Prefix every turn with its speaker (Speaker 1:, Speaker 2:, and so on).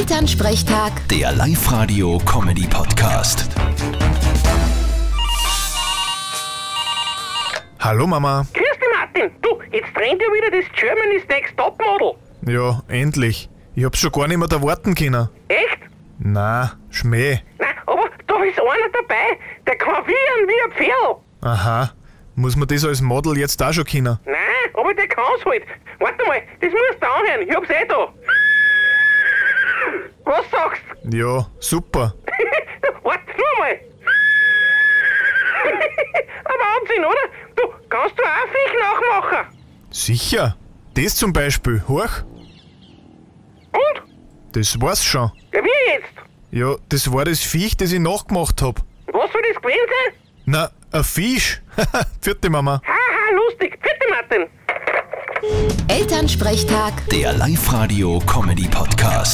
Speaker 1: Elternsprechtag,
Speaker 2: Der Live-Radio-Comedy-Podcast.
Speaker 3: Hallo Mama.
Speaker 4: Grüß dich, Martin. Du, jetzt rennt ja wieder das Germany's Next Topmodel.
Speaker 3: Ja, endlich. Ich hab's schon gar nicht mehr da warten können.
Speaker 4: Echt?
Speaker 3: Na, Schmäh.
Speaker 4: Nein, aber da ist einer dabei, der kann wiehern wie ein Pferd.
Speaker 3: Aha. Muss man das als Model jetzt auch schon können?
Speaker 4: Nein, aber der kann's halt. Warte mal, das musst du anhören, ich hab's eh da. Was sagst du?
Speaker 3: Ja, super.
Speaker 4: Warte nur mal. Ein Wahnsinn, oder? Du, kannst du auch Fisch nachmachen?
Speaker 3: Sicher. Das zum Beispiel, hoch.
Speaker 4: Und?
Speaker 3: Das war's schon.
Speaker 4: Ja, wie jetzt?
Speaker 3: Ja, das war das Viech, das ich nachgemacht hab.
Speaker 4: Was soll das gewesen sein?
Speaker 3: Na, ein Fisch. Haha, vierte Mama.
Speaker 4: Haha, lustig. Bitte, Martin.
Speaker 1: Elternsprechtag.
Speaker 2: Der Live-Radio-Comedy-Podcast.